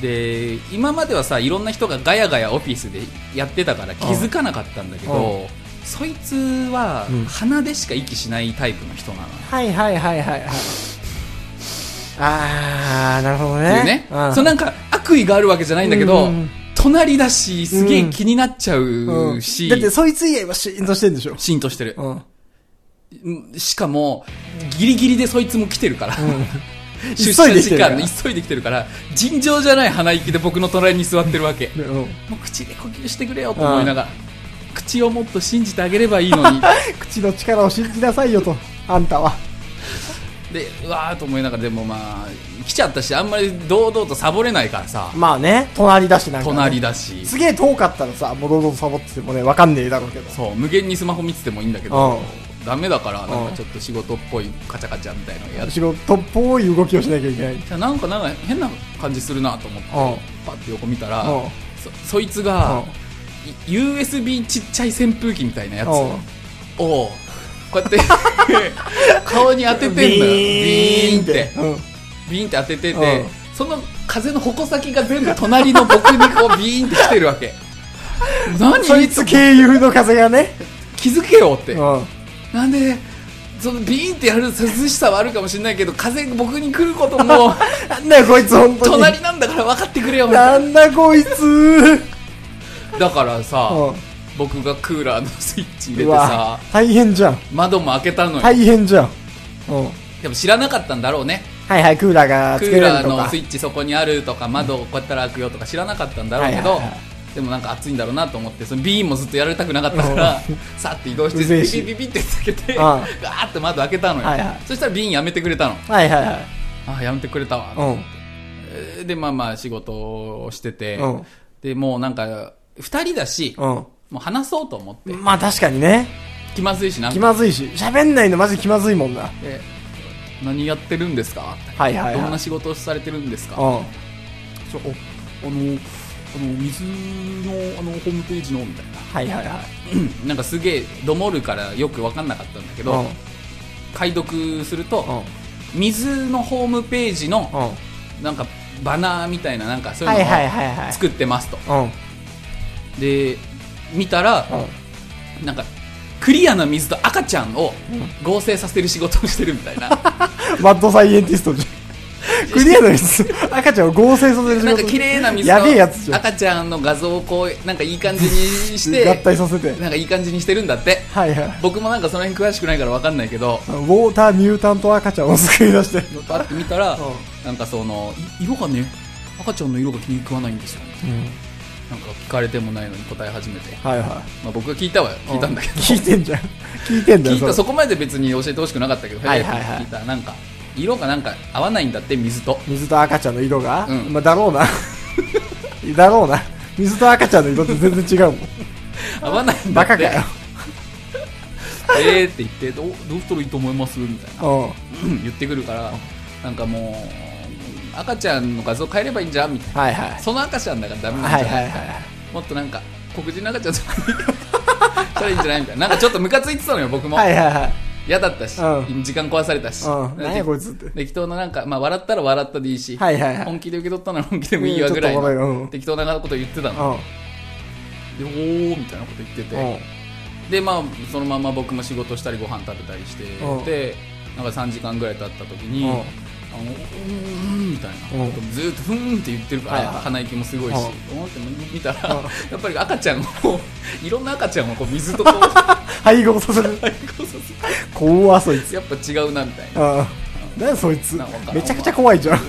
Speaker 2: で今まではさいろんな人がガヤガヤオフィスでやってたから気づかなかったんだけど、
Speaker 1: う
Speaker 2: そいつは
Speaker 1: うん
Speaker 2: 鼻でしか息しないタイプの人なのよ
Speaker 1: はいはいはいはいはい。あー、なるほどね。
Speaker 2: っていうね、
Speaker 1: うん
Speaker 2: そうなんか悪意があるわけじゃないんだけど、
Speaker 1: うんうん
Speaker 2: 隣だしす
Speaker 1: う
Speaker 2: げえ
Speaker 1: ん
Speaker 2: 気になっちゃ
Speaker 1: う
Speaker 2: うんし、
Speaker 1: だってそいつ以外はシーンとしてんでしょ。
Speaker 2: シーンとしてる、
Speaker 1: うん。うん。
Speaker 2: しかもギリギリでそいつも来てるから、 (laughs) 出
Speaker 1: 急い
Speaker 2: 社
Speaker 1: で来
Speaker 2: 時
Speaker 1: てるから
Speaker 2: 間で急いできてるから尋常じゃない鼻息で僕の隣に座ってるわけ
Speaker 1: でうん
Speaker 2: もう口で呼吸してくれよと思いながら、口をもっと信じてあげればいいのに
Speaker 1: 口の力を信じなさいよと、あんたは。
Speaker 2: でうわーと思いながらでもまあ来ちゃったしあんまり堂々とサボれないからさ
Speaker 1: まあね、隣だしなんか、ね。
Speaker 2: 隣だし
Speaker 1: すげえ遠かったらさ、もうどうぞサボっててもね、わかんねえだろうけど。
Speaker 2: そう無限にスマホ見ててもいいんだけどダメだから
Speaker 1: ん
Speaker 2: なんかちょっと仕事っぽいカチャカチャみたいなのやる
Speaker 1: 仕事っぽい動きをしなきゃいけない。うん。
Speaker 2: なんかなんか変な感じするなと思ってパッて横見たら
Speaker 1: うん
Speaker 2: そそいつがい USB ちっちゃい扇風機みたいなやつ
Speaker 1: うん
Speaker 2: をこうやって顔に当ててんのよビーンって
Speaker 1: うん。
Speaker 2: ビーンって当てて
Speaker 1: う
Speaker 2: て
Speaker 1: ん
Speaker 2: その風の矛先が全部隣の僕に
Speaker 1: (laughs)
Speaker 2: こうビーンって来てるわけ何
Speaker 1: そいつ経由の風がね。
Speaker 2: 気づけよっ
Speaker 1: う
Speaker 2: て
Speaker 1: ん。うん。
Speaker 2: なんでそのビーンってやる涼しさはあるかもしれないけど風僕に来ること
Speaker 1: (laughs)
Speaker 2: も
Speaker 1: なんだよ、こいつ、本当に。
Speaker 2: 隣なんだから分かってくれよみた
Speaker 1: ないんだこいつうん
Speaker 2: なだからさ僕がクーラーのスイッチ入れ
Speaker 1: う
Speaker 2: て
Speaker 1: わ
Speaker 2: さ
Speaker 1: 大変じゃん
Speaker 2: 窓も開けたのよ
Speaker 1: 大変じゃんうん
Speaker 2: でも知らなかったんだろうね
Speaker 1: はいはいクーラーがつ
Speaker 2: ク
Speaker 1: け
Speaker 2: ー
Speaker 1: れる
Speaker 2: ラー
Speaker 1: と
Speaker 2: の
Speaker 1: か
Speaker 2: スイッチそこにあるとか窓をこうやったら開くよとか知らなかったんだろうけど、
Speaker 1: はいはいは
Speaker 2: でもなんか暑いんだろうなと思ってそのビーンもずっとやられたくなかっ
Speaker 1: (laughs)
Speaker 2: たからさって移動
Speaker 1: うぜえ
Speaker 2: し
Speaker 1: して
Speaker 2: ビビビビってつけて
Speaker 1: うん
Speaker 2: ガーって窓開けたのよ、
Speaker 1: はいはい
Speaker 2: そしたらビーンやめてくれたの
Speaker 1: はいはいはい
Speaker 2: あやめてくれたわ、
Speaker 1: うん
Speaker 2: えーでまあまあ仕事をしてて、
Speaker 1: うん
Speaker 2: でもうなんか2人だし、
Speaker 1: う
Speaker 2: もう話そうと思って
Speaker 1: んまあ確かにね
Speaker 2: 気まずいしなん
Speaker 1: 気
Speaker 2: か
Speaker 1: まずいし喋んないのマジ気まずいもんな
Speaker 2: で何やってるんですか
Speaker 1: はいはい
Speaker 2: どん
Speaker 1: は
Speaker 2: ない仕事をされてるんですか
Speaker 1: うんはい
Speaker 2: ちょおあのあの水のあのホームページのみたいな
Speaker 1: はいはい
Speaker 2: うんなんかすげえどもるからよく分かんなかったんだけ
Speaker 1: うん
Speaker 2: ど解読する
Speaker 1: うん
Speaker 2: と水のホームページの
Speaker 1: うん
Speaker 2: なんかバナーみたいななんかそうい
Speaker 1: は
Speaker 2: う
Speaker 1: いはい
Speaker 2: の
Speaker 1: はいはい
Speaker 2: を作ってますと
Speaker 1: うん
Speaker 2: で見たら
Speaker 1: うん
Speaker 2: なんかクリアな水と赤ちゃんを合成させる仕事をしてるみたい
Speaker 1: (laughs)
Speaker 2: なな
Speaker 1: マッドサイエンティストじゃん
Speaker 2: (laughs)
Speaker 1: クリアのやつ赤ちゃんを合成させる仕
Speaker 2: んか
Speaker 1: 事
Speaker 2: 綺麗な水
Speaker 1: やべえやつじ
Speaker 2: と
Speaker 1: ゃん
Speaker 2: 赤ちゃんの画像をこうなんかいい感じにし
Speaker 1: (laughs) 合
Speaker 2: て
Speaker 1: 体させて
Speaker 2: なんかいい感じにしてるんだって
Speaker 1: はいはい
Speaker 2: 僕もなんかその辺詳しくないから分かんないけど
Speaker 1: ウォーターミュータント赤ちゃんを救い出して
Speaker 2: パッて見たら、
Speaker 1: ん
Speaker 2: なんかそのい色がね赤ちゃんの色が気に食わないんですよなんか聞かれてもないのに答え始めて、
Speaker 1: はいは
Speaker 2: まあ、僕が聞いたわよ
Speaker 1: い。
Speaker 2: 聞いたんだけど
Speaker 1: 聞いてんじゃん。聞いてんだよ。
Speaker 2: 聞いた
Speaker 1: そ
Speaker 2: そこまで別に教えてほしくなかったけど、
Speaker 1: はいはいはい
Speaker 2: 聞いたなんかい色がなんか合わないんだって水と
Speaker 1: 水と赤ちゃんの色が、
Speaker 2: うん
Speaker 1: まあ、だろうな。 (laughs) だろうな。水と赤ちゃんの色って全然違うもん。
Speaker 2: 合わないん
Speaker 1: バ
Speaker 2: だって
Speaker 1: カかよ。
Speaker 2: えーって言ってどうどうしたらいいと思いますみたいな
Speaker 1: うん。
Speaker 2: うん言ってくるからなんかもう赤ちゃんの画像変えればいいんじゃんみた
Speaker 1: は
Speaker 2: い
Speaker 1: いは。
Speaker 2: ないその赤ちゃんだからダメなん
Speaker 1: は
Speaker 2: じゃないい、
Speaker 1: はいはい。
Speaker 2: もっとなんか黒人の赤ちゃんじゃないそれいいんじゃないみたいななんかちょっとムカついてたのよ僕も
Speaker 1: はいはいはい。
Speaker 2: 嫌だったし、
Speaker 1: うん
Speaker 2: 時間壊されたし、
Speaker 1: うん
Speaker 2: で
Speaker 1: 何やこいつって
Speaker 2: 適当ななんか、まあ、笑ったら笑ったでいいし、
Speaker 1: はいはいはい
Speaker 2: 本気で受け取ったなら本気でもいいわ
Speaker 1: うん
Speaker 2: ぐらい
Speaker 1: ちょっとごめんう
Speaker 2: の
Speaker 1: ん
Speaker 2: 適当なこと言ってたの、でおーみたいなこと言ってて、
Speaker 1: うん。うん。
Speaker 2: でまあそのまま僕も仕事したりご飯食べたりして
Speaker 1: うん
Speaker 2: てなんか3時間ぐらい経った時
Speaker 1: う
Speaker 2: に
Speaker 1: ん
Speaker 2: あのうーんみたいな
Speaker 1: うん
Speaker 2: ずーっとふーんって言ってるか
Speaker 1: はい
Speaker 2: ら
Speaker 1: はい
Speaker 2: 鼻息もすごいし
Speaker 1: う
Speaker 2: 思って見たら
Speaker 1: うん
Speaker 2: やっぱり赤ちゃんをこう (laughs) いろんな赤ちゃんをこう水 (laughs) とこう
Speaker 1: 配合させ
Speaker 2: (laughs)
Speaker 1: る。
Speaker 2: 対抗させ
Speaker 1: 怖そいつ。
Speaker 2: てやっぱ違うなみたいな
Speaker 1: うん。なんやそいつ
Speaker 2: なんかわから。ん
Speaker 1: めちゃくちゃ怖いじゃん。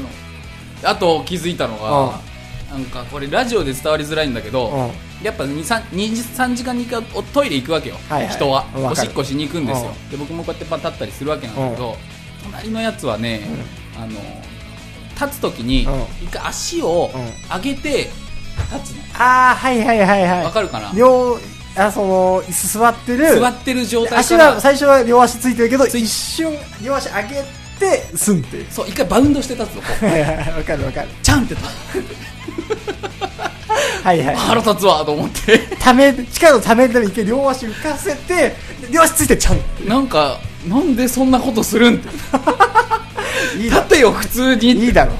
Speaker 2: あと気づいたのがなんかこれラジオで伝わりづらいんだけど
Speaker 1: うん。
Speaker 2: やっぱ2 3 3時間に1回おトイレ行くわけよ、
Speaker 1: はいはい
Speaker 2: 人
Speaker 1: わ
Speaker 2: は
Speaker 1: かる
Speaker 2: おしっこしに行くんですよ、で僕もこうやってパッ立ったりするわけなんだけど、隣のやつはね、あの立つ時に
Speaker 1: う
Speaker 2: 一回足を
Speaker 1: う
Speaker 2: 上げて立つの
Speaker 1: ああ、はいはいはいはい。
Speaker 2: わかるかな
Speaker 1: 両、あ、その、座ってる。
Speaker 2: 座ってる状態
Speaker 1: 足
Speaker 2: か
Speaker 1: は、
Speaker 2: ら
Speaker 1: 最初は両足ついてるけど、
Speaker 2: つい
Speaker 1: 一瞬、両足上げて、すんっていう。
Speaker 2: そう一回バウンドして立つのこう
Speaker 1: わかるわかる。
Speaker 2: チャンって立つ
Speaker 1: (laughs) はいはい。
Speaker 2: 腹立つわと思って
Speaker 1: ため、力をためるために一回両足浮かせて、両足ついてちゃん
Speaker 2: なんかなんでそんなことするんって
Speaker 1: いいだ
Speaker 2: 立てよ普通に
Speaker 1: ろ。いいだろ。
Speaker 2: っ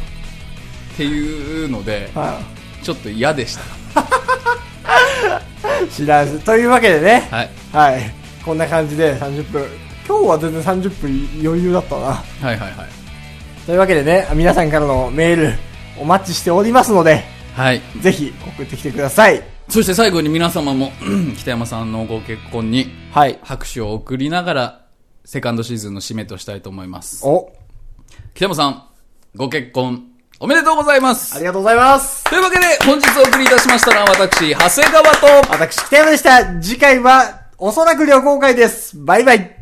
Speaker 2: ていうので
Speaker 1: は
Speaker 2: ちょっと嫌でした
Speaker 1: い知らんし。というわけでね。
Speaker 2: はい
Speaker 1: はい。こんな感じで30分。今日は全然30分余裕だったな。
Speaker 2: はいはいはい
Speaker 1: というわけでね、皆さんからのメール、お待ちしておりますので、
Speaker 2: はい
Speaker 1: ぜひ送ってきてください。
Speaker 2: そして最後に皆様も (clears throat) 北山さんのご結婚に
Speaker 1: はい。
Speaker 2: 拍手を送りながらセカンドシーズンの締めとしたいと思います
Speaker 1: お、
Speaker 2: 北山さんご結婚おめでとうございま
Speaker 1: あ
Speaker 2: す
Speaker 1: りがとうございます。
Speaker 2: というわけで本日お送りいたしましたのは私長谷川と
Speaker 1: 私、北山でした。次回は、おそらく旅行会です。バイバイ。